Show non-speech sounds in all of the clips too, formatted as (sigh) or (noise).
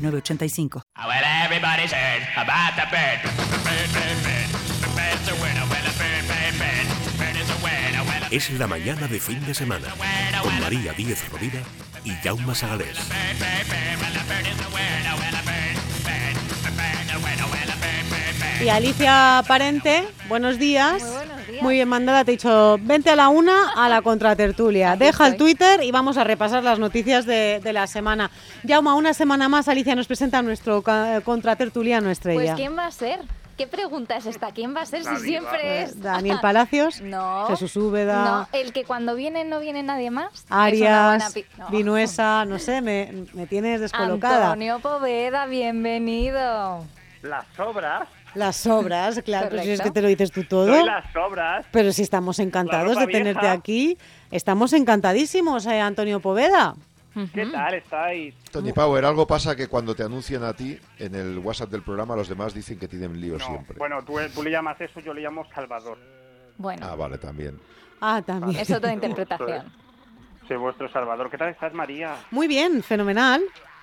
985. Oh, Well, everybody's heard about the bird. Bird, bird, bird. Bird's a winner, well, a bird, bird, bird. Bird is a winner, well, a bird, Es la mañana de fin de semana con María Díez Rovira y Jaume Sagalés. bird, bird. Well, a bird is a winner, well, a bird, bird. A bird, a winner, well, a bird, bird, bird. Y Alicia Parente, buenos días. Muy buenos días. Muy bien mandada, te he dicho, vente a la una a la contratertulia. Deja el estoy. Twitter y vamos a repasar las noticias de, de la semana. Yauma, una semana más Alicia nos presenta a nuestro ca- eh, contratertuliano Pues estrella. ¿quién va a ser? ¿Qué pregunta es esta? ¿Quién va a ser si siempre es? Eh, Daniel Palacios, (laughs) No. Jesús Úbeda, No, el que cuando viene no viene nadie más. Es una buena Arias, pi- no. Vinuesa, no sé, me, me tienes descolocada. Antonio Poveda, bienvenido. Las sobras, Las obras, claro, pero si es Correcto. que te lo dices tú todo. soy las sobras. Pero si estamos encantados ropa de tenerte vieja. aquí, estamos encantadísimos, eh, Antonio Poveda. ¿Qué Mm. tal estáis? Tony Power, algo pasa que cuando te anuncian a ti en el WhatsApp del programa, los demás dicen que tienen lío No, siempre. Bueno, tú, tú le llamas eso, yo le llamo Salvador. Bueno, Ah, vale, también. Ah, también. es (laughs) otra interpretación. Soy vuestro Salvador. ¿Qué tal estás, María? Muy bien, fenomenal.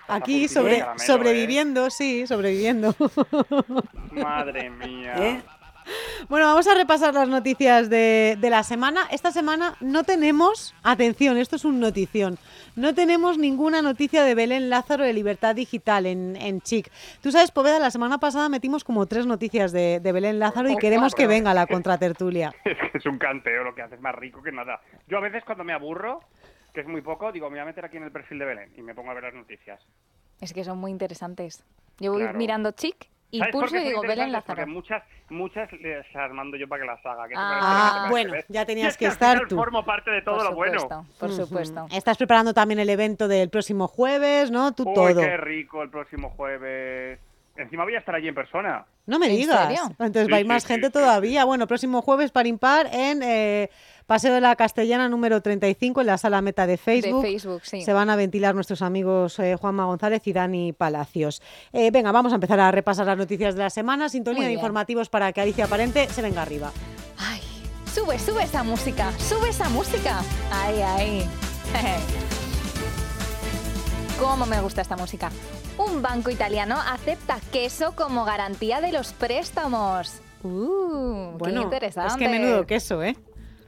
Aquí puntito de sobre, caramelo, sobreviviendo, sí, sobreviviendo. (laughs) (laughs) Madre mía. ¿Eh? bueno, vamos a repasar las noticias de, de la semana. Esta semana no tenemos, atención, esto es un notición, no tenemos ninguna noticia de Belén Lázaro de Libertad Digital en, en Chic. Tú sabes, Poveda, la semana pasada metimos como tres noticias de, de Belén Lázaro y queremos que venga la contratertulia. Es que es un canteo lo que haces más rico que nada. Yo a veces cuando me aburro, que es muy poco, digo, me voy a meter aquí en el perfil de Belén y me pongo a ver las noticias. Es que son muy interesantes. Yo voy Claro. mirando Chic y ¿Sabes por pulso qué y son digo, Belén interesantes? Lázaro. Porque muchas, muchas les armando yo para que las haga. que te Ah, parece que no te parece, bueno, ¿ves? ya tenías Y es que al estar final tú. formo parte de todo por lo supuesto, bueno. por supuesto. Estás preparando también el evento del próximo jueves, ¿no? Tú Uy, todo. qué rico el próximo jueves. Encima voy a estar allí en persona. No me ¿En digas. serio? Entonces Sí, va a ir sí, más sí, gente sí, todavía. Bueno, próximo jueves para impar en eh, Paseo de la Castellana número 35 en la sala meta de Facebook. De Facebook, sí. Se van a ventilar nuestros amigos eh, Juanma González y Dani Palacios. Eh, venga, vamos a empezar a repasar las noticias de la semana. Sintonía Muy de bien. informativos para que Alicia Parente se venga arriba. Ay, sube, sube esa música, sube esa música. Ay, ay. (laughs) ¿Cómo me gusta esta música? Un banco italiano acepta queso como garantía de los préstamos. Uh, qué bueno, interesante. es que menudo queso, ¿eh?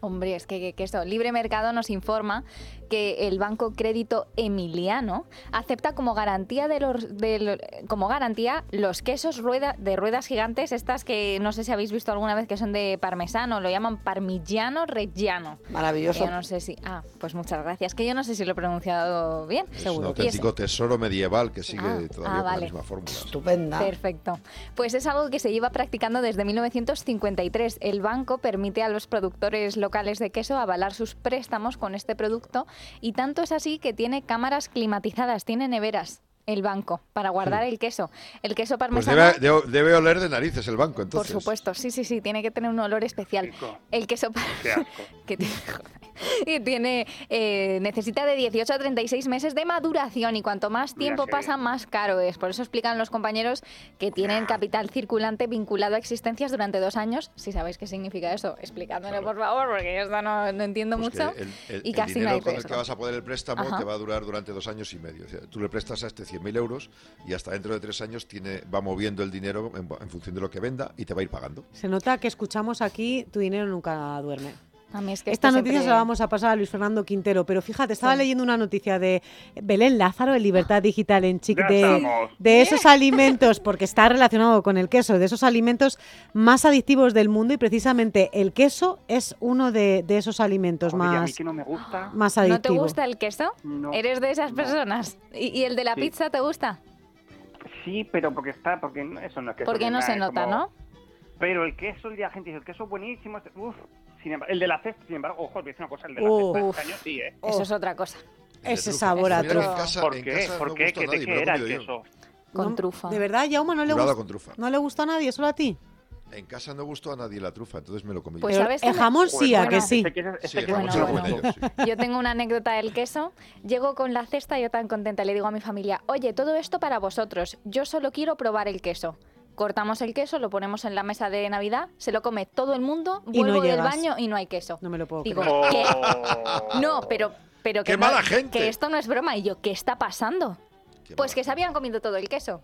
Hombre, es que, que- que esto, Libre Mercado nos informa que el Banco Crédito Emiliano acepta como garantía de los, de lo- como garantía los quesos rueda, de ruedas gigantes, estas que no sé si habéis visto alguna vez que son de parmesano, lo llaman parmigiano reggiano. Que Maravilloso. yo no sé si, ah, pues muchas gracias, que yo no sé si lo he pronunciado bien, Es un seguro. Y es- auténtico tesoro medieval que sigue Ah, todavía ah, con vale. la misma fórmula. Pues Estupenda. Perfecto. Pues es algo que se lleva practicando desde 1953. El banco permite a los productores locales de queso avalar sus préstamos con este producto y tanto es así que tiene cámaras climatizadas, tiene neveras el banco para guardar el queso. El queso Hmm. Pues parmesano... debe, debe- debe oler de narices el banco, Por entonces. supuesto, sí, sí, sí, tiene que tener un olor especial. Rico. El queso par- (laughs) Qué asco. que tiene, (laughs) que tiene, eh, necesita de 18 a 36 meses de maduración y cuanto más Mira tiempo qué pasa, bien. más caro es. Por eso explican los compañeros que tienen capital circulante vinculado a existencias durante dos años. Si sabéis qué significa eso, explicándolo, por favor, porque yo esto no, no entiendo Pues que mucho eh, el, el- y el casi no dinero hay con el que riesgo. vas a poder el préstamo Ajá. te va a durar durante dos años y medio. O sea, tú le prestas a este 100.000 euros y hasta dentro de tres años tiene, va moviendo el dinero en, en función de lo que venda y te va a ir pagando. Se nota que escuchamos aquí, tu dinero nunca duerme. A mí es que Esta esto noticia se siempre- la vamos a pasar a Luis Fernando Quintero, pero fíjate, estaba Sí. leyendo una noticia de Belén Lázaro de Libertad Digital en Chic Ya de, estamos. de esos alimentos, porque está relacionado con el queso, de esos alimentos más adictivos del mundo y precisamente el queso es uno de, de esos alimentos Joder, y a mí más, que no me gusta. más ¿No te adictivos. gusta el queso? No, ¿Eres de esas no. personas? ¿Y, y el de la Sí. pizza te gusta? Sí, pero porque está, porque no- eso no es que Porque no se nota, ¿no? Pero el queso, ya la gente dice, el queso es buenísimo. este- Uf, sin embargo, el de la cesta, sin embargo, ojo, es una cosa, el de la Oh. cesta de Uf. castaño sí, ¿eh? Oh. Eso es otra cosa. El de Ese trufa. sabor a Mira que en trufa. casa- ¿Por en qué? casa ¿Por no qué? gusta ¿Qué, a nadie, de me lo qué he era el comido yo. queso? Con No, trufa. De verdad, Yauma no le Jurado gusta. con trufa. No le gusta a nadie, solo a ti. En casa no gustó a nadie la trufa, entonces me lo comí. Pues yo. ¿sabes el que- jamón sí, a Bueno, que sí. Este queso, este sí, queso bueno, bueno, es muy bueno. rico. Yo tengo una anécdota del queso. Llego con la cesta, yo tan contenta, le digo a mi familia, oye, todo esto para vosotros, yo solo quiero probar el queso. Cortamos el queso, lo ponemos en la mesa de Navidad, se lo come todo el mundo, Y no vuelvo del llegas. baño y no hay queso. No me lo puedo Digo, Oh. ¿qué? No, pero, pero que, Oh. ¡Qué no- mala gente! que esto no es broma. Y yo, ¿qué está pasando? Qué Pues mala que se habían comido todo el queso.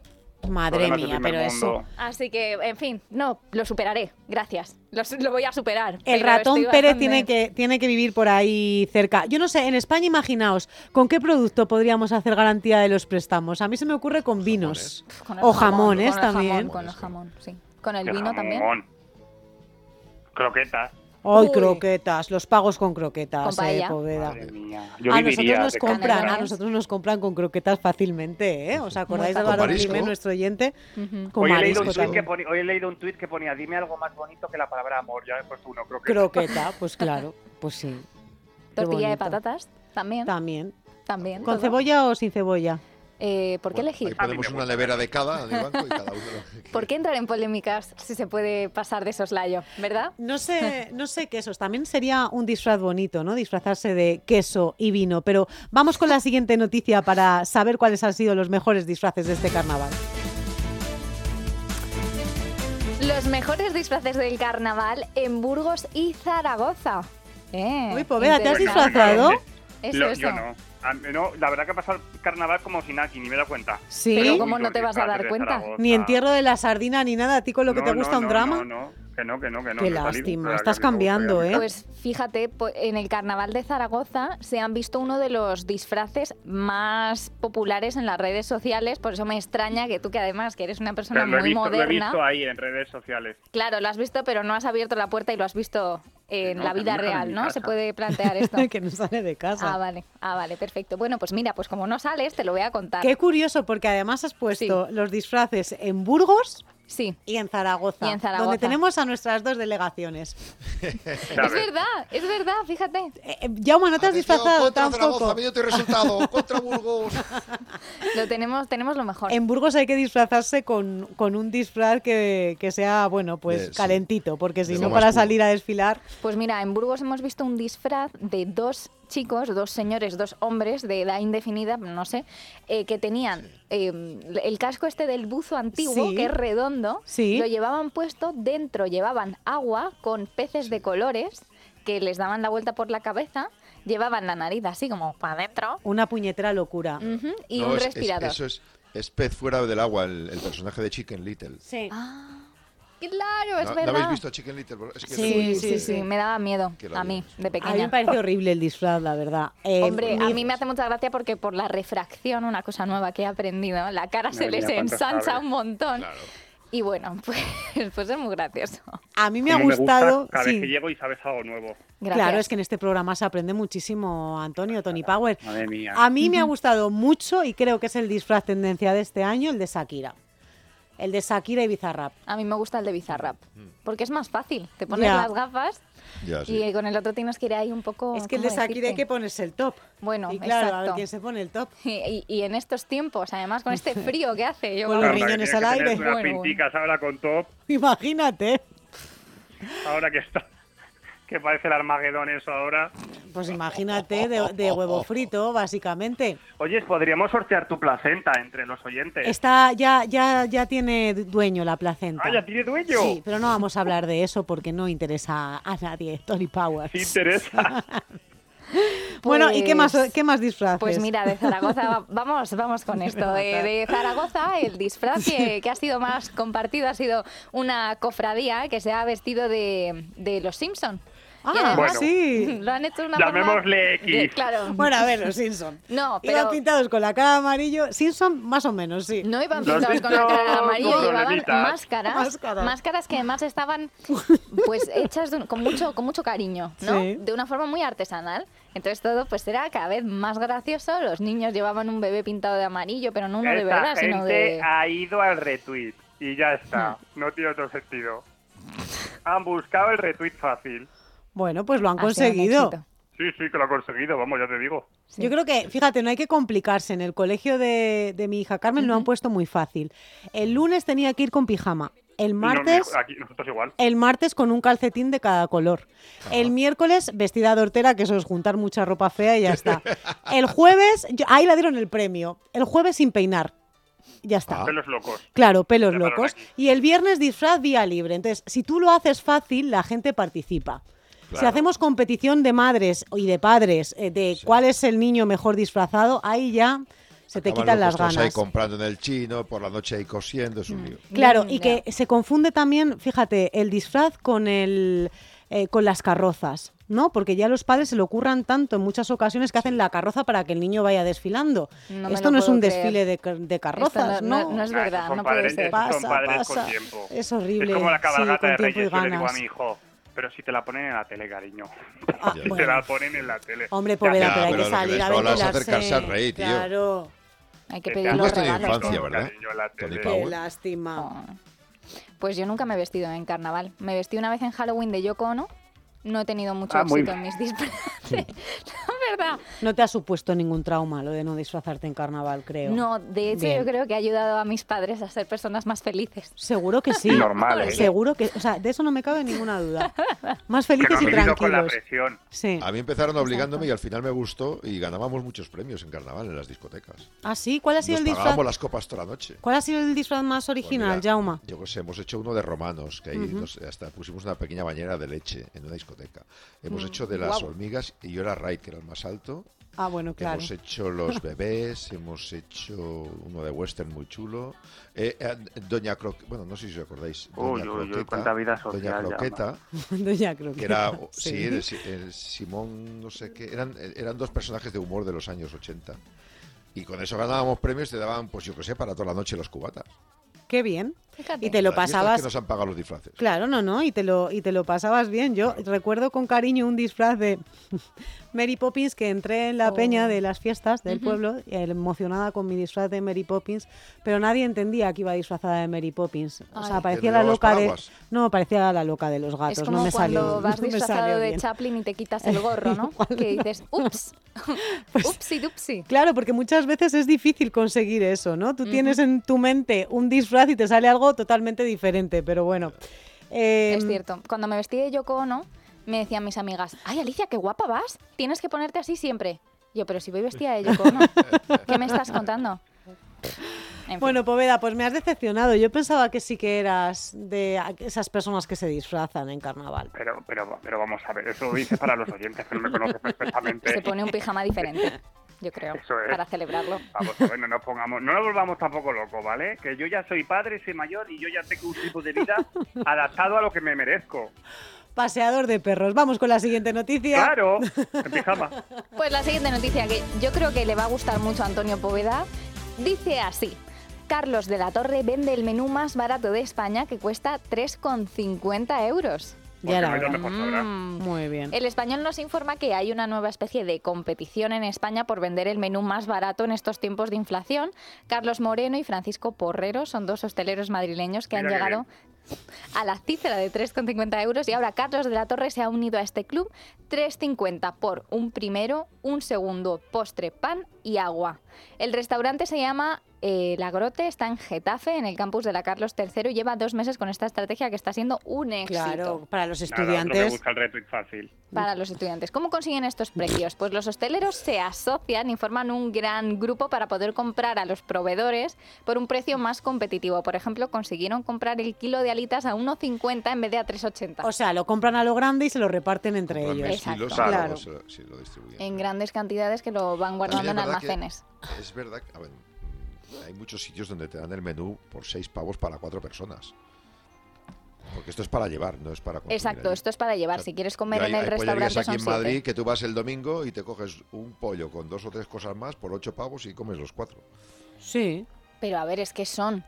Madre Problemas de mía, primer pero eso. mundo. Así que, en fin, no, lo superaré. Gracias. Lo, su- lo voy a superar. El pero ratón estoy Pérez bastante- tiene que, tiene que vivir por ahí cerca. Yo no sé, en España imaginaos, ¿con qué producto podríamos hacer garantía de los préstamos? A mí se me ocurre con vinos. Pf, con el O jamón, jamones con el también. jamón, con el jamón, sí. Con el Qué vino también. jamón. Croquetas. ¡Ay, Uy. croquetas! Los pagos con croquetas, Con eh, paella. Poveda. Madre mía. Yo a viviría Ah, nosotros nos de ¿eh? compran, a croquetas. nosotros nos compran con croquetas fácilmente, ¿eh? ¿Os acordáis de fácil. Álvaro Con marisco. Jiménez, nuestro oyente? Ujú. Con hoy, he marisco leído un tuit que también. ponía, hoy he leído un tuit que ponía, dime algo más bonito que la palabra amor. Ya he puesto uno, creo que... Croqueta, pues claro, pues (laughs) sí. Qué Tortilla de bonito. patatas también. También. también. ¿Con todo. cebolla o sin cebolla? Eh, ¿Por qué Bueno, Ahí elegir? ponemos A mí me una nevera de cada en el banco y (laughs) cada uno. lo- ¿Por qué entrar en polémicas si se puede pasar de soslayo? ¿Verdad? No sé, no sé quesos. También sería un disfraz bonito, ¿no? Disfrazarse de queso y vino. Pero vamos con la siguiente noticia para saber cuáles han sido los mejores disfraces de este carnaval. Los mejores disfraces del carnaval en Burgos y Zaragoza. Eh, Uy, Poveda, ¿te has interesante. Bueno, disfrazado? no, Eso, Lo- eso. Yo no. A mí no. La verdad que ha pasado el carnaval como sin aquí, ni me da cuenta. Sí. Pero Uy, ¿cómo los no te vas a dar disfraces de cuenta? Zaragoza. Ni entierro de la sardina ni nada. ¿A ti con lo que No, te no, gusta un no, drama? No, no, que no, que no, que no. Qué no he salido, lástima, pero estás que me gusta, cambiando, ya. ¿eh? Pues fíjate, po- en el carnaval de Zaragoza se han visto uno de los disfraces más populares en las redes sociales, por eso me extraña que tú, que además que eres una persona Pero lo, he muy visto, lo he moderna, visto ahí en redes sociales. claro, lo has visto, pero no has abierto la puerta y lo has visto en No, la que vida no sale de real, mi ¿no? casa. Se puede plantear esto. (laughs) que no sale de casa. Pues ah, vale, ah, vale, perfecto. Bueno, pues mira, pues como no sales, te lo voy a contar. Qué curioso, porque además has puesto los disfraces en Burgos Sí. y en Zaragoza, Y en Zaragoza. donde tenemos a nuestras dos delegaciones. Es verdad, es verdad, fíjate. Eh, eh, Jaume, ¿no te has Atención, disfrazado contra Zaragoza, tampoco? medio (laughs) tu resultado, contra Burgos. Lo tenemos, tenemos lo mejor. En Burgos hay que disfrazarse con, con un disfraz que, que sea, bueno, pues Eh, sí. calentito, porque si De no, lo para más puro. salir a desfilar, Pues mira, en Burgos hemos visto un disfraz de dos chicos, dos señores, dos hombres de edad indefinida, no sé, eh, que tenían eh, el casco este del buzo antiguo, Sí. que es redondo, Sí. lo llevaban puesto, dentro llevaban agua con peces de colores que les daban la vuelta por la cabeza, llevaban la nariz así como para adentro una puñetera locura. ujú, y No, un es- es- respirador. eso es, es pez fuera del agua, el, el personaje de Chicken Little. Sí. Claro, es ¿No, verdad. ¿No habéis visto Chicken Little? Es que Sí, es muy- Sí, sí, sí, me daba miedo Que lo a mí, digas. de A mí me pequeña. parece horrible el disfraz, la verdad. Eh, Hombre, a mi- mí me hace mucha gracia porque por la refracción, una cosa nueva que he aprendido, la cara se Madre les mía, cuánto ensancha sabes. un montón. ¿eh? Claro. Y bueno, (laughs) pues, pues es muy gracioso. a mí me ha Como gustado. gusta, cada sí. vez que llego y sabes algo nuevo. Gracias. Claro, es que en este programa se aprende muchísimo, Antonio, Tony Power. Madre mía. A mí me ha gustado mucho y creo que es el disfraz tendencia de este año, el de Shakira. El de Shakira y Bizarrap. A mí me gusta el de Bizarrap, porque es más fácil. Te pones Ya. las gafas Ya, Mm. Ah, sí. y con el otro tienes que ir ahí un poco... Es que el de Oh, ¿cómo Shakira hay que decirte? ponerse el top. Bueno, y claro, a ver exacto. quién se pone el top. (laughs) (laughs) Y, y en estos tiempos, además, con este frío que hace, yo Con los creo Anda, que- que riñones tienes al que aire. tenerte unas Bueno, bueno. pinticas ahora con top, Imagínate. ahora que está... (laughs) Que parece el Armagedón eso ahora. Pues imagínate de, (laughs) de huevo frito, básicamente. Oye, podríamos sortear tu placenta entre los oyentes. Está, ya, ya, ya tiene dueño la placenta. ¡Ah, ya tiene dueño! Sí, pero no vamos a hablar de eso porque no interesa a nadie, Tony Power. (laughs) Sí interesa. Bueno, ¿y qué más, Pues- qué más disfraces? Pues mira, de (laughs) Zaragoza, va- vamos, vamos con esto. De, de Zaragoza, el disfraz que, que ha sido más compartido ha sido una cofradía que se ha vestido de, de los Simpson. Ah, Y además, Bueno. sí. (laughs) Lo han hecho de una Llamémosle forma de- X. claro. Bueno, a ver, los Simpson. (laughs) No, Iban pero- pintados con la cara amarillo. Simpson, más o menos, sí. No iban Lo has pintados con la cara visto amarilla, con llevaban florecitas. máscaras, Máscaras. máscaras, que además estaban pues hechas de un- con mucho con mucho cariño, ¿no? Sí. De una forma muy artesanal. Entonces todo pues era cada vez más gracioso. Los niños llevaban un bebé pintado de amarillo, pero no uno de Esta verdad, gente sino de ha ido al retweet y ya está. Hmm. No tiene otro sentido. Han buscado el retweet fácil. Bueno, pues lo han Ha sido un conseguido. éxito. Sí, sí, que lo ha conseguido, vamos, ya te digo. Sí. Yo creo que, fíjate, no hay que complicarse. En el colegio de, de mi hija Carmen lo han puesto muy fácil. El lunes tenía que ir con pijama. El No, mi- martes. aquí nosotros igual. El martes con un calcetín de cada color. Ah. El miércoles vestida de hortera, que eso es juntar mucha ropa fea y ya está. El jueves, yo- ahí la dieron el premio. El jueves sin peinar. Ya está. Ah. Pelos locos. Claro, pelos Ya, pero locos. no hay- Y el viernes disfraz vía libre. Entonces, si tú lo haces fácil, la gente participa. Si hacemos competición de madres y de padres eh, de cuál es el niño mejor disfrazado, ahí ya se te Acaban quitan las locos todos ahí ganas. comprando en el chino, por la noche ahí cosiendo, es un lío. Claro, Mm, y ya. que se confunde también, fíjate, el disfraz con el eh, con las carrozas, ¿no? Porque ya los padres se lo ocurran tanto en muchas ocasiones que hacen la carroza para que el niño vaya desfilando. No me Esto lo no es un puedo desfile de, car- de carrozas, Esto no, no- no es Ah, esos verdad, son no puede padres- ser. esos Pasa, son padres pasa. con tiempo. Es horrible. Es como la Sí, cabalgata con de tiempo y Reyes. Yo le digo a ganas. mi hijo, pero si te la ponen en la tele, cariño. Ah, si te bueno. Oh, la ponen en la tele. Hombre, Ya, pobreza, Ya, pero hay pero que lo que salir les a mola es deventarse. acercarse al rey, tío. Claro, Hay que Te pedir has los tenido regalos. infancia, ¿no? ¿verdad? Cariño, en la Tony tele. Powell. qué bueno. lástima. No. Pues yo nunca me he vestido en carnaval. Me vestí una vez en Halloween de Yoko Ono. No he tenido mucho Ah, muy éxito en bien. (laughs) mis disfraces. (laughs) La verdad. No te ha supuesto ningún trauma lo de no disfrazarte en carnaval, creo. No, de hecho Bien. yo creo que ha ayudado a mis padres a ser personas más felices. Seguro que sí. Y normal, ¿eh? Seguro que, o sea, de eso no me cabe ninguna (laughs) duda. Más Que felices no y han ido con la tranquilos. presión. Sí. A mí empezaron obligándome y al final me gustó y ganábamos muchos premios en carnaval, en las discotecas. ¿Ah, sí? ¿Cuál ha sido Nos el disfraz? pagábamos las copas toda la noche. ¿Cuál ha sido el disfraz más Pues original, mira, Jauma? Yo qué sé, hemos hecho uno de romanos, que ahí no sé, hasta pusimos una pequeña bañera de leche en una discoteca. Hemos Mm, hecho de las hormigas y yo era Raid, que era el más alto. Ah, bueno, claro. (laughs) Hemos (laughs) hecho los bebés, hemos hecho uno de western muy chulo. Eh, eh, Doña Croqueta, bueno, no sé si os acordáis. Uy, Doña uy, uy, Croqueta, cuánta vida social, Doña Jaume. (laughs) Croqueta, Doña Croqueta. que (laughs) era, o- Sí. sí, era si- el Simón, no sé qué, eran, eran dos personajes de humor de los años 80. Y con eso ganábamos premios, te daban, pues yo qué sé, para toda la noche los cubatas. (laughs) Qué bien. Fíjate. Y te lo Las fiestas pasabas. que nos han pagado los disfraces. Claro, no, no, y te lo, y te lo pasabas bien. Yo recuerdo con cariño un disfraz de (laughs) Mary Poppins que entré en la Oh. peña de las fiestas del pueblo, eh, emocionada con mi disfraz de Mary Poppins, pero nadie entendía que iba disfrazada de Mary Poppins. O Ay. sea, parecía la llevabas loca de. paraguas? No, parecía la loca de los gatos, es como no me cuando salió. vas no me disfrazado salió de bien. Chaplin y te quitas el (laughs) gorro, ¿no? que dices, ups, Pues upsi dupsi. Claro, porque muchas veces es difícil conseguir eso, ¿no? Tú tienes en tu mente un disfraz y te sale algo totalmente diferente, pero bueno. Eh, Es cierto. Cuando me vestí de Yoko Ono, me decían mis amigas, ay Alicia, qué guapa vas, tienes que ponerte así siempre. Yo, pero si voy vestida de Yoko Ono, ¿qué me estás contando? En fin. Bueno, Poveda, pues me has decepcionado. Yo pensaba que sí que eras de a- esas personas que se disfrazan en carnaval. Pero, pero, pero vamos a ver, eso lo dices para los oyentes que no me conocen perfectamente. se pone un pijama diferente, yo creo, Eso es. para celebrarlo. Vamos a ver, no nos pongamos, no nos volvamos tampoco locos, ¿vale? Que yo ya soy padre, soy mayor y yo ya tengo un tipo (laughs) de vida adaptado a lo que me merezco. Paseador de perros. Vamos con la siguiente noticia. (laughs) Claro, en pijama. Pues la siguiente noticia que yo creo que le va a gustar mucho a Antonio Poveda dice así. Carlos de la Torre vende el menú más barato de España que cuesta 3,50 euros. Ya era Porque hora. no hay donde sabrá. Mm. Muy bien. El español nos informa que hay una nueva especie de competición en España por vender el menú más barato en estos tiempos de inflación. Carlos Moreno y Francisco Porrero son dos hosteleros madrileños que han Mira qué llegado a la cifra de 3,50 euros y ahora Carlos de la Torre se ha unido a este club 3,50 por un primero, un segundo, postre, pan y agua. El restaurante se llama eh, La Grote, está en Getafe, en el campus de la Carlos III y lleva dos meses con esta estrategia que está siendo un éxito Claro, para los Nada, otro que estudiantes. busca el reto es fácil. para los estudiantes. ¿Cómo consiguen estos precios? Pues los hosteleros se asocian y forman un gran grupo para poder comprar a los proveedores por un precio más competitivo. Por ejemplo, consiguieron comprar el kilo de alitas a 1,50 en vez de a 3,80. o sea, lo compran a lo grande y se lo reparten entre Compran ellos. mil kilos y Exacto. luego Claro. se lo- se lo distribuyen. en grandes cantidades que lo van guardando También en es verdad que- almacenes. Es verdad que a ver, mm, hay muchos sitios donde te dan el menú por seis pavos para cuatro personas. Porque esto es para llevar, no es para consumir. Exacto, allí. esto es para llevar. Claro. Si quieres comer Yo en hay- el hay pollerías restaurante aquí son en Madrid siete. que tú vas el domingo y te coges un pollo con dos o tres cosas más por ocho pavos y comes los cuatro. Sí. Pero a ver, es que son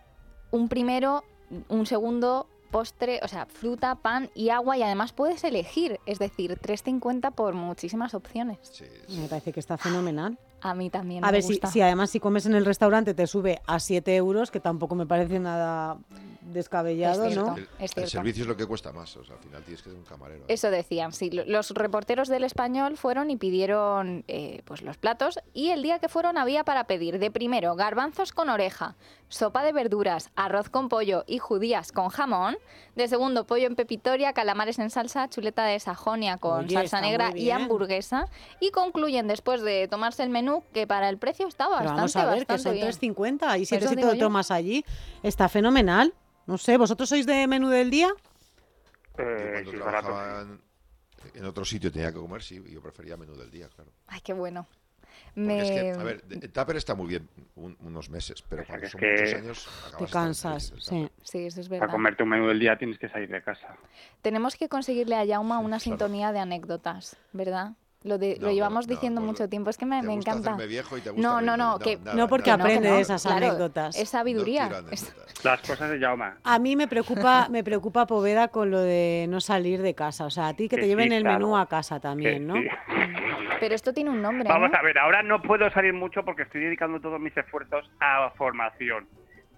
un primero, un segundo, postre, o sea, fruta, pan y agua y además puedes elegir, es decir, 3,50 por muchísimas opciones. Sí, sí. Me parece que está fenomenal. A mí también. A me ver, si, gusta. si además si comes en el restaurante te sube a 7 euros, que tampoco me parece nada descabellado, Es ¿no? cierto. El, es el cierto. servicio es lo que cuesta más. O sea, al final tienes que ser un camarero. ¿eh? Eso decían, sí. lo- Los reporteros del español fueron y pidieron eh, pues los platos y el día que fueron había para pedir de primero garbanzos con oreja, sopa de verduras, arroz con pollo y judías con jamón, de segundo pollo en pepitoria, calamares en salsa, chuleta de sajonia con Oye, salsa está muy negra y bien. hamburguesa y concluyen después de tomarse el menú que para el precio está Pero bastante, vamos a ver, que bastante son bien. 3.50 y si Por tú eso te digo lo yo. tomas allí, está fenomenal. No sé, ¿vosotros sois de menú del día? Yo Eh, cuando sí, es barato. trabajaba en, en otro sitio y tenía que comer, sí, yo prefería menú del día, claro. Ay, qué bueno. Porque Me... es que, a ver, de- el tupper está muy bien un- unos meses, pero sea, que cuando es son que muchos años acabas Te hasta las cansas, narices del sí. tupper. Sí, eso es Para verdad. comerte un menú del día tienes que salir de casa. Tenemos que conseguirle a Yauma una Claro. sintonía de anécdotas, ¿verdad? Lo, de, No, lo llevamos no, diciendo pues, mucho tiempo, es que me, te me gusta encanta. hacerme viejo y te gusta no, no, reírme. no, No, que- no, No, porque que no, que aprende no. de esas Claro, anécdotas. Es No sabiduría. quiero es- (laughs) anécdotas. Las cosas de Jaume. A mí me preocupa, me preocupa Poveda con lo de no salir de casa. O sea, a ti que Que te sí, lleven el claro. menú a casa Que también, ¿no? sí. pero esto tiene un nombre. Vamos ¿no? a ver, ahora no puedo salir mucho porque estoy dedicando todos mis esfuerzos a formación.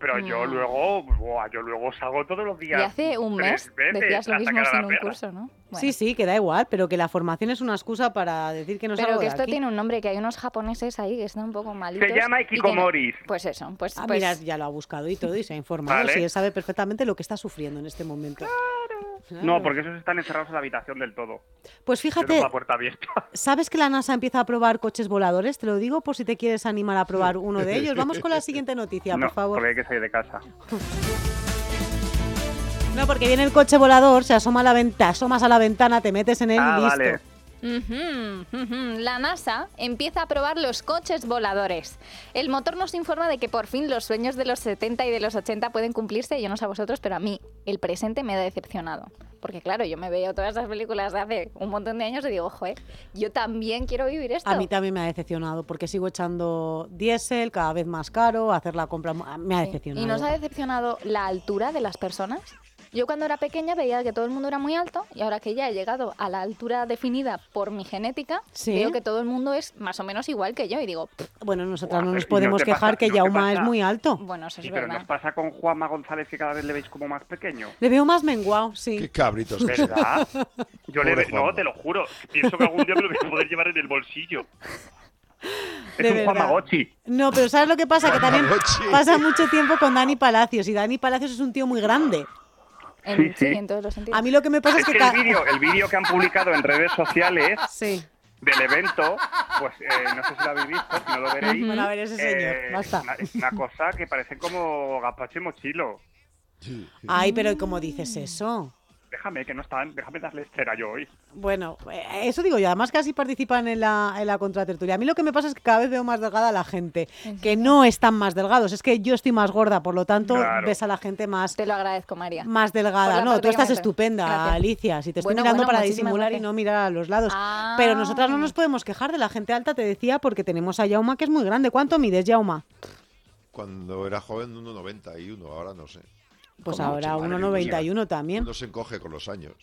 Pero yo Mm. luego, buah, yo luego salgo todos los Y días. hace un mes tres veces decías lo a mismo sacar a la sin un perra. curso, ¿no? Bueno, Sí, sí, que da igual, pero que la formación es una excusa para decir que no salgo Pero que de esto aquí. tiene un nombre, que hay unos japoneses ahí que están un poco malitos. Se llama y que no- Ikikomoris. Pues eso, pues, Ah, pues- mira, ya lo ha buscado y todo y se ha informado. Vale. Sí, él sabe perfectamente lo que está sufriendo en este momento. Claro. Ah. No, porque esos están encerrados en la habitación del todo. Pues Yo tengo fíjate, la (laughs) puerta abierta. ¿sabes que la NASA empieza a probar coches voladores? Te lo digo por si te quieres animar a probar uno de ellos. Vamos (laughs) con la siguiente noticia, no, por favor. porque hay que salir de casa. No, porque viene el coche volador, se asoma a la ventana, asomas a la ventana, te metes en él ah, y listo. Pues vale. Ujú, ujú. La NASA empieza a probar los coches voladores. El motor nos informa de que por fin los sueños de los 70 y de los 80 pueden cumplirse. Yo no sé a vosotros, pero a mí el presente me ha decepcionado. Porque claro, yo me veo todas las películas de hace un montón de años y digo, joder, yo también quiero vivir esto. A mí también me ha decepcionado porque sigo echando diésel cada vez más caro, hacer la compra mu- me ha decepcionado. ¿Y nos ha decepcionado la altura de las personas? Yo cuando era pequeña veía que todo el mundo era muy alto y ahora que ya he llegado a la altura definida por mi genética, Sí. veo que todo el mundo es más o menos igual que yo y digo, "Pff, Bueno, nosotras no Guau, nos y no podemos te pasa- quejar que no te Yauma es pasa. muy alto. bueno, eso es Sí, pero verdad. nos pasa con Juanma González que cada vez le veis como más pequeño. (laughs) Le veo más menguao, sí. Qué cabritos. que son. ¿Verdad? Yo le Pobre ve- No, Juanma. te lo juro. Pienso que algún día me lo voy a poder llevar en (laughs) el bolsillo. De es un verdad. Juamagochi. No, pero ¿sabes lo que pasa? Que también Tamagotchi. pasa mucho tiempo con Dani Palacios y Dani Palacios es un tío muy grande. En, Sí, sí, sí. en todos los sentidos. A mí lo que me pasa es Es que... que el ca- vídeo, el vídeo que han publicado en redes sociales Sí. del evento, pues eh, no sé si lo habéis visto, si no lo veréis. Bueno, a ver, ese señor, Eh, basta. Una, es una cosa que parece como gazpacho y mochilo. Ay, pero ¿cómo dices eso? Déjame, que no están, déjame darle cera yo hoy. Bueno, eh, eso digo yo. Además, casi participan en la, en la contratertulia. A mí lo que me pasa es que cada vez veo más delgada a la gente, que no están más delgados. Es que yo estoy más gorda, por lo tanto, Claro. ves a la gente más, Te lo agradezco, María. más Por delgada. la No, parte tú que estás me haces. estupenda, Gracias. Alicia. Si te estoy Bueno, mirando bueno, para muchísimas disimular y gracias. no mirar a los lados. Ah. Pero nosotras no nos podemos quejar de la gente alta, te decía, porque tenemos a Yauma, que es muy grande. ¿Cuánto mides, Yauma? Cuando era joven, 1,91, ahora no sé. Pues Como ahora ocho, madre 1,91 mía. también. Uno se encoge con los años.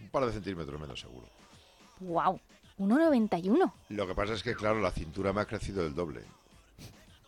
Un par de centímetros menos, seguro. ¡Wow! 1,91. Lo que pasa es que, claro, la cintura me ha crecido del doble.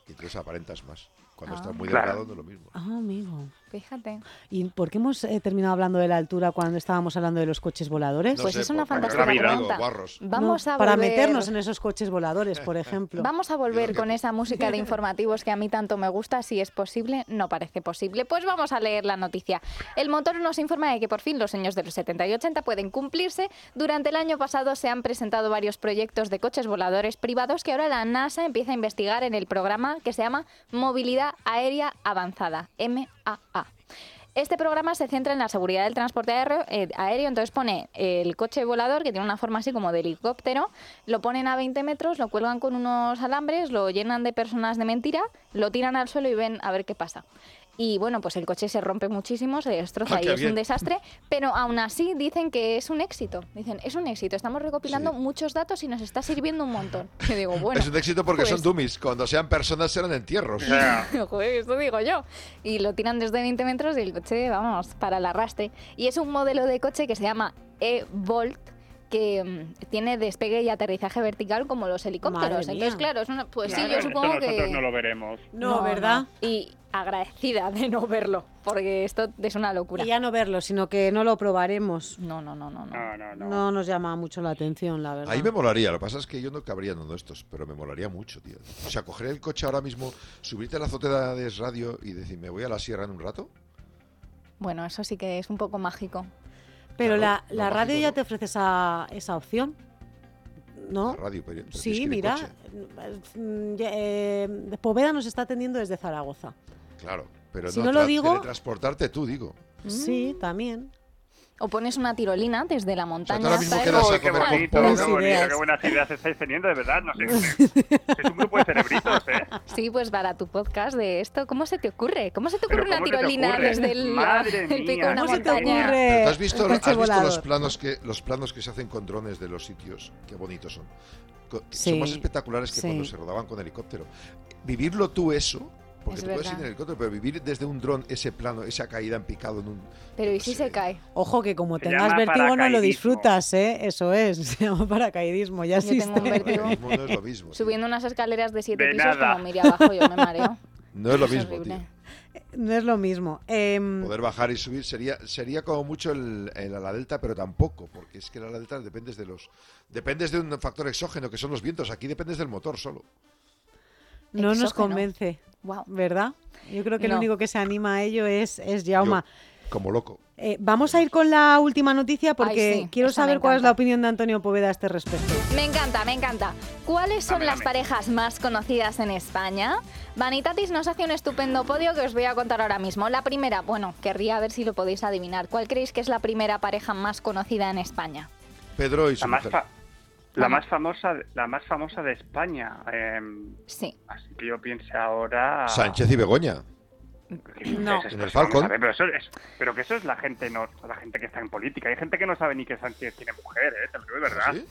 Y entonces aparentas más. Cuando Ah. estás muy Claro. delgado, no es lo mismo. Ah, amigo. Fíjate. ¿Y por qué hemos eh, terminado hablando de la altura cuando estábamos hablando de los coches voladores? No pues sé, es una por- por fantástica la vida. pregunta. Digo, guarros. Vamos No, a para volver- meternos en esos coches voladores, por ejemplo. Vamos a volver Yo creo con que- esa música de informativos que a mí tanto me gusta, si es posible, no parece posible. Pues vamos a leer la noticia. El motor nos informa de que por fin los años de los 70 y 80 pueden cumplirse. Durante el año pasado se han presentado varios proyectos de coches voladores privados que ahora la NASA empieza a investigar en el programa que se llama Movilidad Aérea Avanzada, MAA. Este programa se centra en la seguridad del transporte aéreo, eh, aéreo, entonces pone el coche volador, que tiene una forma así como de helicóptero, lo ponen a 20 metros, lo cuelgan con unos alambres, lo llenan de personas de mentira, lo tiran al suelo y ven a ver qué pasa. Y bueno, pues el coche se rompe muchísimo, se destroza Ah, y qué es un bien. desastre, pero aún así dicen que es un éxito. Dicen, es un éxito, estamos recopilando muchos datos y nos está sirviendo un montón. Yo (laughs) digo, bueno, es un éxito porque son pues- dummies. Cuando sean personas, serán entierros. O sea, (laughs) Joder, esto digo yo. Y lo tiran desde 20 metros y el coche, vamos, para el arrastre. Y es un modelo de coche que se llama E-Volt que mm, tiene despegue y aterrizaje vertical como los helicópteros. Madre mía. Entonces, claro, es una- pues Claro, sí, yo esto supongo nosotros que... no lo veremos. No, ¿verdad? no. Y agradecida de no verlo, porque esto es una locura. Y ya no verlo, sino que no lo probaremos. No, no, no, no, no. No, no, no. No nos llama mucho la atención, la verdad. Ahí me molaría, lo que pasa es que yo no cabría en uno de estos, pero me molaría mucho, tío. O sea, coger el coche ahora mismo, subirte a la azotea de Es radio y decir, me voy a la sierra en un rato. Bueno, eso sí que es un poco mágico. Pero Claro, la, lo la mágico, radio ya ¿no? te ofrece esa, esa opción. ¿No? La radio, pero, pero tienes que ir Sí, en mira. coche. mm, ya, eh, Poveda nos está atendiendo desde Zaragoza. Claro, pero Si no lo tra- digo- eh, teletransportarte tú, digo. Sí, Mm. también. O pones una tirolina desde la montaña ahora mismo hasta el... quedas Uy, a qué comer con bonito, pollo. qué Ideas. bonito, qué buenas ideas estáis teniendo, de verdad, no sé. Es un grupo de cerebritos, ¿eh? Sí, pues para tu podcast de esto, ¿cómo se te ocurre? ¿Cómo se te Pero ocurre una ¿cómo se te tirolina ocurre? desde el, Madre el (laughs) pico de mía, una ¿Cómo se te montaña? ocurre? Pero ¿tú has visto, un coche has visto los volador? planos que los planos que se hacen con drones de los sitios? Qué bonitos son. Co- que Sí, son más espectaculares que sí. cuando se rodaban con helicóptero. Vivirlo tú eso, porque Es tú puedes ir verdad. en helicóptero, pero vivir desde un dron ese plano, esa caída en picado en un. Pero yo ¿y qué si sé. se cae? Ojo que como Se tengas llama vértigo no lo paracaidismo. disfrutas, ¿eh? Eso es. (laughs) Se llama paracaidismo, ya Yo tengo un existe. vértigo. No es lo mismo, no es lo mismo. tío. Subiendo unas escaleras de siete De pisos, nada. como me iré abajo, yo me mareo. (laughs) No es lo Es mismo, horrible. tío. (laughs) No es lo mismo. Em, Poder bajar y subir sería sería como mucho el, el ala delta, pero tampoco, porque es que el ala delta dependes de los dependes de un factor exógeno que son los vientos. Aquí dependes del motor solo. no nos Exógeno. convence, Guau. ¿verdad? Yo creo que el No. único que se anima a ello es, es Yo, Jaume. como loco. Eh, vamos a ir con la última noticia porque Ay, sí, quiero esa me saber cuál es la encanta. opinión de Antonio Poveda a este respecto. Me encanta, me encanta. ¿Cuáles son Dame, las dame. parejas más conocidas en España? Vanitatis nos hace un estupendo podio que os voy a contar ahora mismo. La primera, bueno, querría ver si lo podéis adivinar. ¿Cuál creéis que es la primera pareja más conocida en España? Pedro y su La más, mujer. fa- la más famosa, la más famosa de España. em, Sí. así que yo piense ahora. Sánchez y Begoña. No. En el Falcon. A ver, pero, eso es, pero que eso es la gente no, la gente que está en política. Hay gente que no sabe ni que Sánchez tiene mujer, ¿eh? Te lo digo de verdad. ¿Ah, ¿Sí?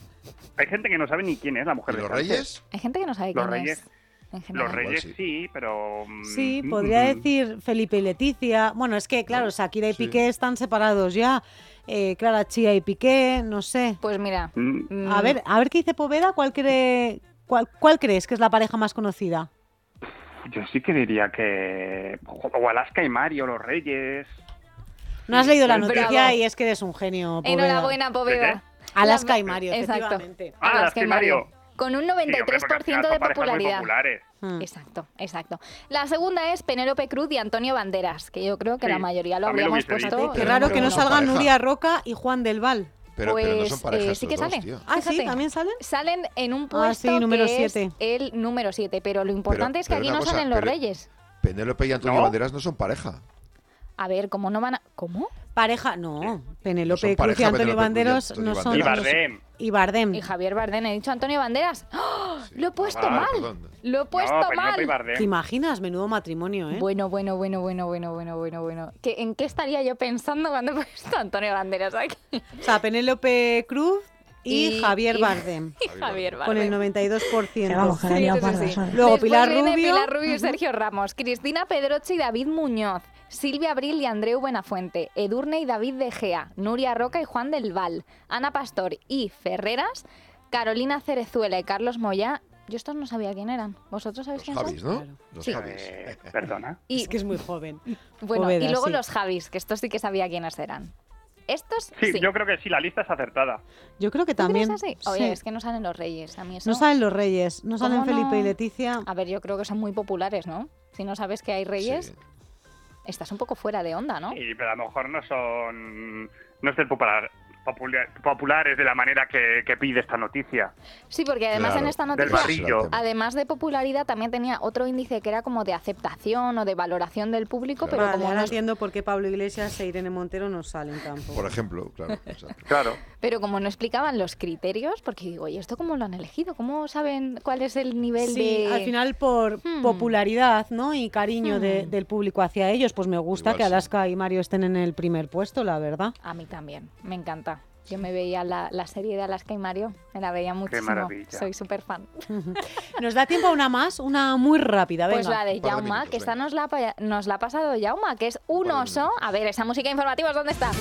Hay gente que no sabe ni quién es la ¿Y mujer de los Sánchez. Reyes? Hay gente que no sabe Los quién Reyes. es. en general. Los Reyes sí. sí. pero. mm, Sí, mm, podría mm. decir Felipe y Leticia. Bueno, es que, claro, Shakira y sí. Piqué están separados ya. Eh, Clara Chía y Piqué, no sé. Pues mira. Mm, mm, A ver, a ver qué dice Poveda, ¿cuál, cree, cuál, cuál crees que es la pareja más conocida? Yo sí que diría que. O Alaska y Mario, los Reyes. No has leído la Bravo. noticia y es que eres un genio. Poveda. Enhorabuena, Poveda. Alaska y Mario, Exacto. efectivamente. Ah, Alaska Alaska y Mario. Con un Sí, hombre, porque al 93% final de son parejas muy popularidad. populares. Mm. Exacto, exacto. La segunda es Penélope Cruz y Antonio Banderas, que yo creo que Sí, la mayoría lo a mí lo habríamos hubiese dicho. puesto. Qué Pero- raro pero que no no salga pareja. Nuria Roca y Juan del Val. Pero, pero no son Pues, parejas eh, estos sí que dos, sale. tío. Ah, sí, Fíjate. ¿también salen? Salen en un Ah, puesto sí, número que es siete. el número 7, pero lo importante es que pero allí no una cosa, salen los pero- reyes. Penélope y Antonio ¿No? Banderas no son pareja. A ver, ¿cómo no van a...? ¿Cómo? Pareja, no. Penélope No Eh, son Cruz y pareja, Antonio Penélope Banderos Cruz y no Antonio son. Y Banderas. no son- Bardem. Y Bardem. Y Javier Bardem, he dicho Antonio Banderas. ¡Oh! Lo he puesto Ah, vale, mal. perdón. Lo he puesto no, Penélope y mal. ¿Te Bardem. imaginas? Menudo matrimonio, ¿eh? Bueno, bueno, bueno, bueno, bueno, bueno, bueno, bueno. ¿Qué- ¿En qué estaría yo pensando cuando he puesto a Antonio Banderas aquí? (laughs) O sea, Penélope Cruz y, Y- Javier y- Bardem. Y Javier (laughs) Bardem. Con el Sí, 92%. sí, sí, sí. Luego Después Pilar viene Rubio. Pilar Rubio y Sergio Ramos, Cristina Pedroche y David Muñoz, Silvia Abril y Andreu Buenafuente, Edurne y David De Gea, Nuria Roca y Juan del Val, Ana Pastor y Ferreras, Carolina Cerezuela y Carlos Moyá. Yo estos no sabía quién eran. ¿Vosotros sabéis Los quién son? Javis, ¿no? Los Sí. Javis. Eh, (laughs) perdona. Y, Es que es muy joven. bueno, Poveda, y luego sí. los Javis, que estos sí que sabía quiénes eran. Estos Sí, sí. yo creo que sí, la lista es acertada. Yo creo que ¿Tú crees también. así? sí. Oye, es que no salen los reyes. A mí eso... No salen los Reyes, no salen ¿Cómo no? Ah, Felipe y Leticia. A ver, yo creo que son muy populares, ¿no? Si no sabes que hay reyes, Sí. estás un poco fuera de onda, ¿no? Sí, pero a lo mejor no son. No es del popular. popular- populares de la manera que, que pide esta noticia. Sí, porque además Claro, en esta Del noticia, barrio. barrillo. además de popularidad, también tenía otro índice que era como de aceptación o de valoración del público, Claro. pero Vale, como ahora no, entiendo por qué Pablo Iglesias e Irene Montero no salen Por tampoco. ejemplo, claro. exacto. Claro. pero como no explicaban los criterios, porque digo, ¿y esto cómo lo han elegido? ¿Cómo saben cuál es el nivel Sí, de...? al final por Hmm. popularidad ¿no? y cariño de- Hmm. del público hacia ellos, pues me gusta Igual que sí. Alaska y Mario estén en el primer puesto, la verdad. A mí también, me encanta. Yo me veía la, la serie de Alaska y Mario, me la veía muchísimo. maravilla. Soy súper fan. ¿Nos da tiempo a una más? Una muy rápida, venga. Pues la de un par de Yauma, minutos, que esta venga. nos la, ha pa- nos la ha pasado Yauma, que es un par de Pues oso. A ver, esa música informativa, ¿dónde está?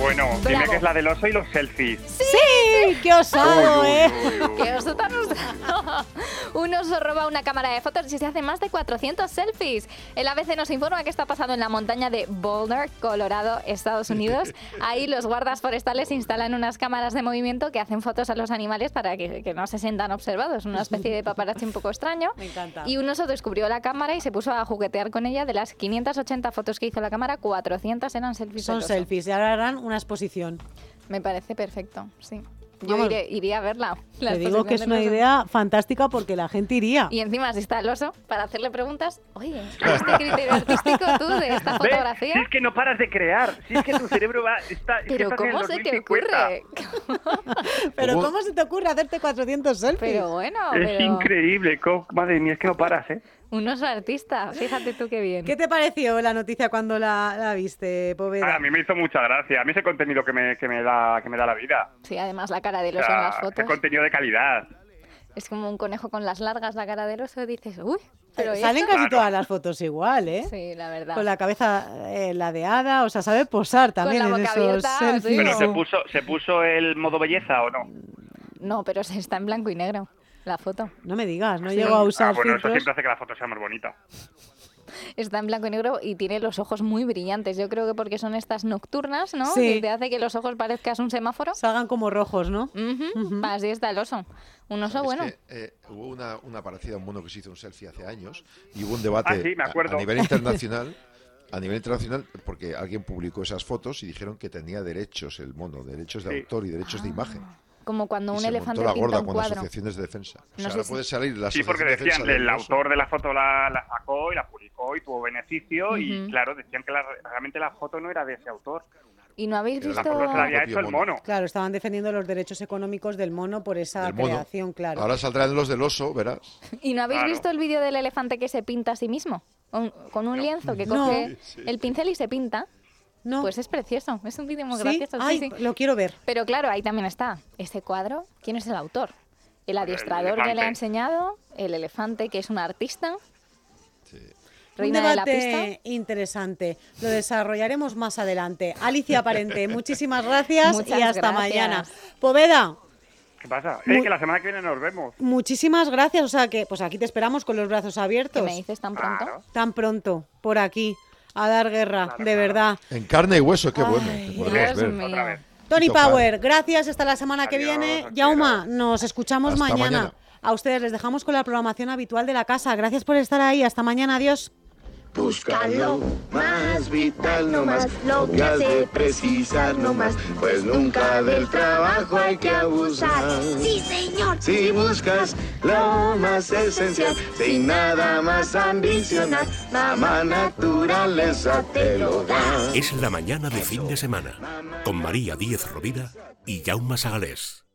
Bueno, dime Bravo. que es la del oso y los selfies. ¡Sí! ¡Qué osado, Uy, uy, eh! uy, (laughs) uy. ¡Qué oso tan osado! (laughs) Un oso roba una cámara de fotos y se hace más de 400 selfies. El ABC nos informa que está pasando en la montaña de Boulder, Colorado, Estados (laughs) Unidos. Ahí los guardas forestales instalan unas cámaras de movimiento que hacen fotos a los animales para que, que no se sientan observados. Una especie de paparazzi un poco extraño. (laughs) Me encanta. Y un oso descubrió la cámara y se puso a juguetear con ella. De las 580 fotos que hizo la cámara, 400 eran selfies. Son del oso. selfies y ahora harán una exposición. Me parece perfecto, sí. Yo Vamos. iré- iría a verla. la Te digo que exposición es del una oso. idea fantástica porque la gente iría. (laughs) Y encima, si está el oso, para hacerle preguntas, (laughs) oye, ¿este criterio artístico tú de esta ¿Ves? fotografía? Si es que no paras de crear, si es que tu cerebro va. Está, es que Pero estás en el ¿cómo se te 2050. ocurre? Pero Hubo- ¿cómo se te ocurre hacerte 400 selfies? (laughs) Pero bueno, Es pero increíble, co- madre mía, es que no paras, ¿eh? un oso artista, fíjate tú qué bien. ¿Qué te pareció la noticia cuando la, la viste, Poveda? Ah, a mí me hizo mucha gracia, a mí ese contenido que me, que me, da, que me da la vida. Sí, además la cara del O oso en sea, las es fotos. contenido de calidad. Es como un conejo con las largas, la cara del oso, y dices, uy, pero ¿y Salen esto? casi Claro. todas las fotos igual, ¿eh? Sí, la verdad. Con la cabeza eh, ladeada, o sea, sabe posar también la en boca esos abierta, sí. selfies. Pero No. ¿se puso, ¿se puso el modo belleza o no? No, pero se está en blanco y negro la foto. No me digas, no Sí. llego a Ah, usar bueno, eso filtros. siempre hace que la foto sea más bonita. Está en blanco y negro y tiene los ojos muy brillantes. Yo creo que porque son estas nocturnas, ¿no? Sí. Que te hace que los ojos parezcas un semáforo. Salgan como rojos, ¿no? Ujú, Así está el oso. Un oso Es bueno. que, eh, hubo una, una parecida a un mono que se hizo un selfie hace años y hubo un debate Ah, sí, me a- acuerdo. A, nivel internacional. (laughs) A nivel internacional, porque alguien publicó esas fotos y dijeron que tenía derechos el mono, derechos de Sí. autor y derechos de imagen. Como cuando y Ah, un se elefante montó la pinta gorda un cuando cuadro. asociaciones de defensa. O No sea, sé ahora si- puede salir la Sí, porque asociación de defensa decían, el del oso. autor de la foto la, la sacó y la publicó y tuvo beneficio Ujú. y claro, decían que la- realmente la foto no era de ese autor. Y no habéis Pero La visto. foto se la había El propio hecho el mono. mono. Claro, estaban defendiendo los derechos económicos del mono por esa del mono. creación, claro. Ahora saldrán los del oso, verás. Y no habéis Claro. visto el vídeo del elefante que se pinta a sí mismo. Con, con un lienzo que coge el pincel y se pinta. no, Pues es precioso. Es un vídeo muy ¿Sí? gracioso. sí, Ay, sí. lo quiero ver. Pero claro, ahí también está. Ese cuadro, ¿quién es el autor? El adiestrador que le ha elefante. enseñado, el elefante que es un artista. Un Reina de la debate pista. interesante. Lo desarrollaremos más adelante. Alicia (laughs) Parente, muchísimas gracias Muchas y hasta gracias. mañana. Poveda, ¿Qué pasa? Muy- Eh, que la semana que viene nos vemos. muchísimas gracias. O sea que, pues aquí te esperamos con los brazos ¿Qué abiertos. me dices tan pronto? Claro. Tan pronto, por aquí, a dar guerra, Claro, de claro. verdad. En carne y hueso, qué bueno. Ay, te podremos Dios ver. mío. Otra vez. Tony Tocar. Power, gracias. Hasta la semana que Adiós, viene. os Yauma, nos escuchamos Hasta mañana. mañana. A ustedes les dejamos con la programación habitual de la casa. Gracias por estar ahí. Hasta mañana. Adiós. Búscalo, más vital no más, lo que has de precisar no más, pues nunca del trabajo hay que abusar. Sí, señor. Si buscas lo más esencial, sin nada más ambicionar, mamá naturaleza te lo da. Es la mañana de fin de semana con María Díez Rovira y Jaume Sagalés.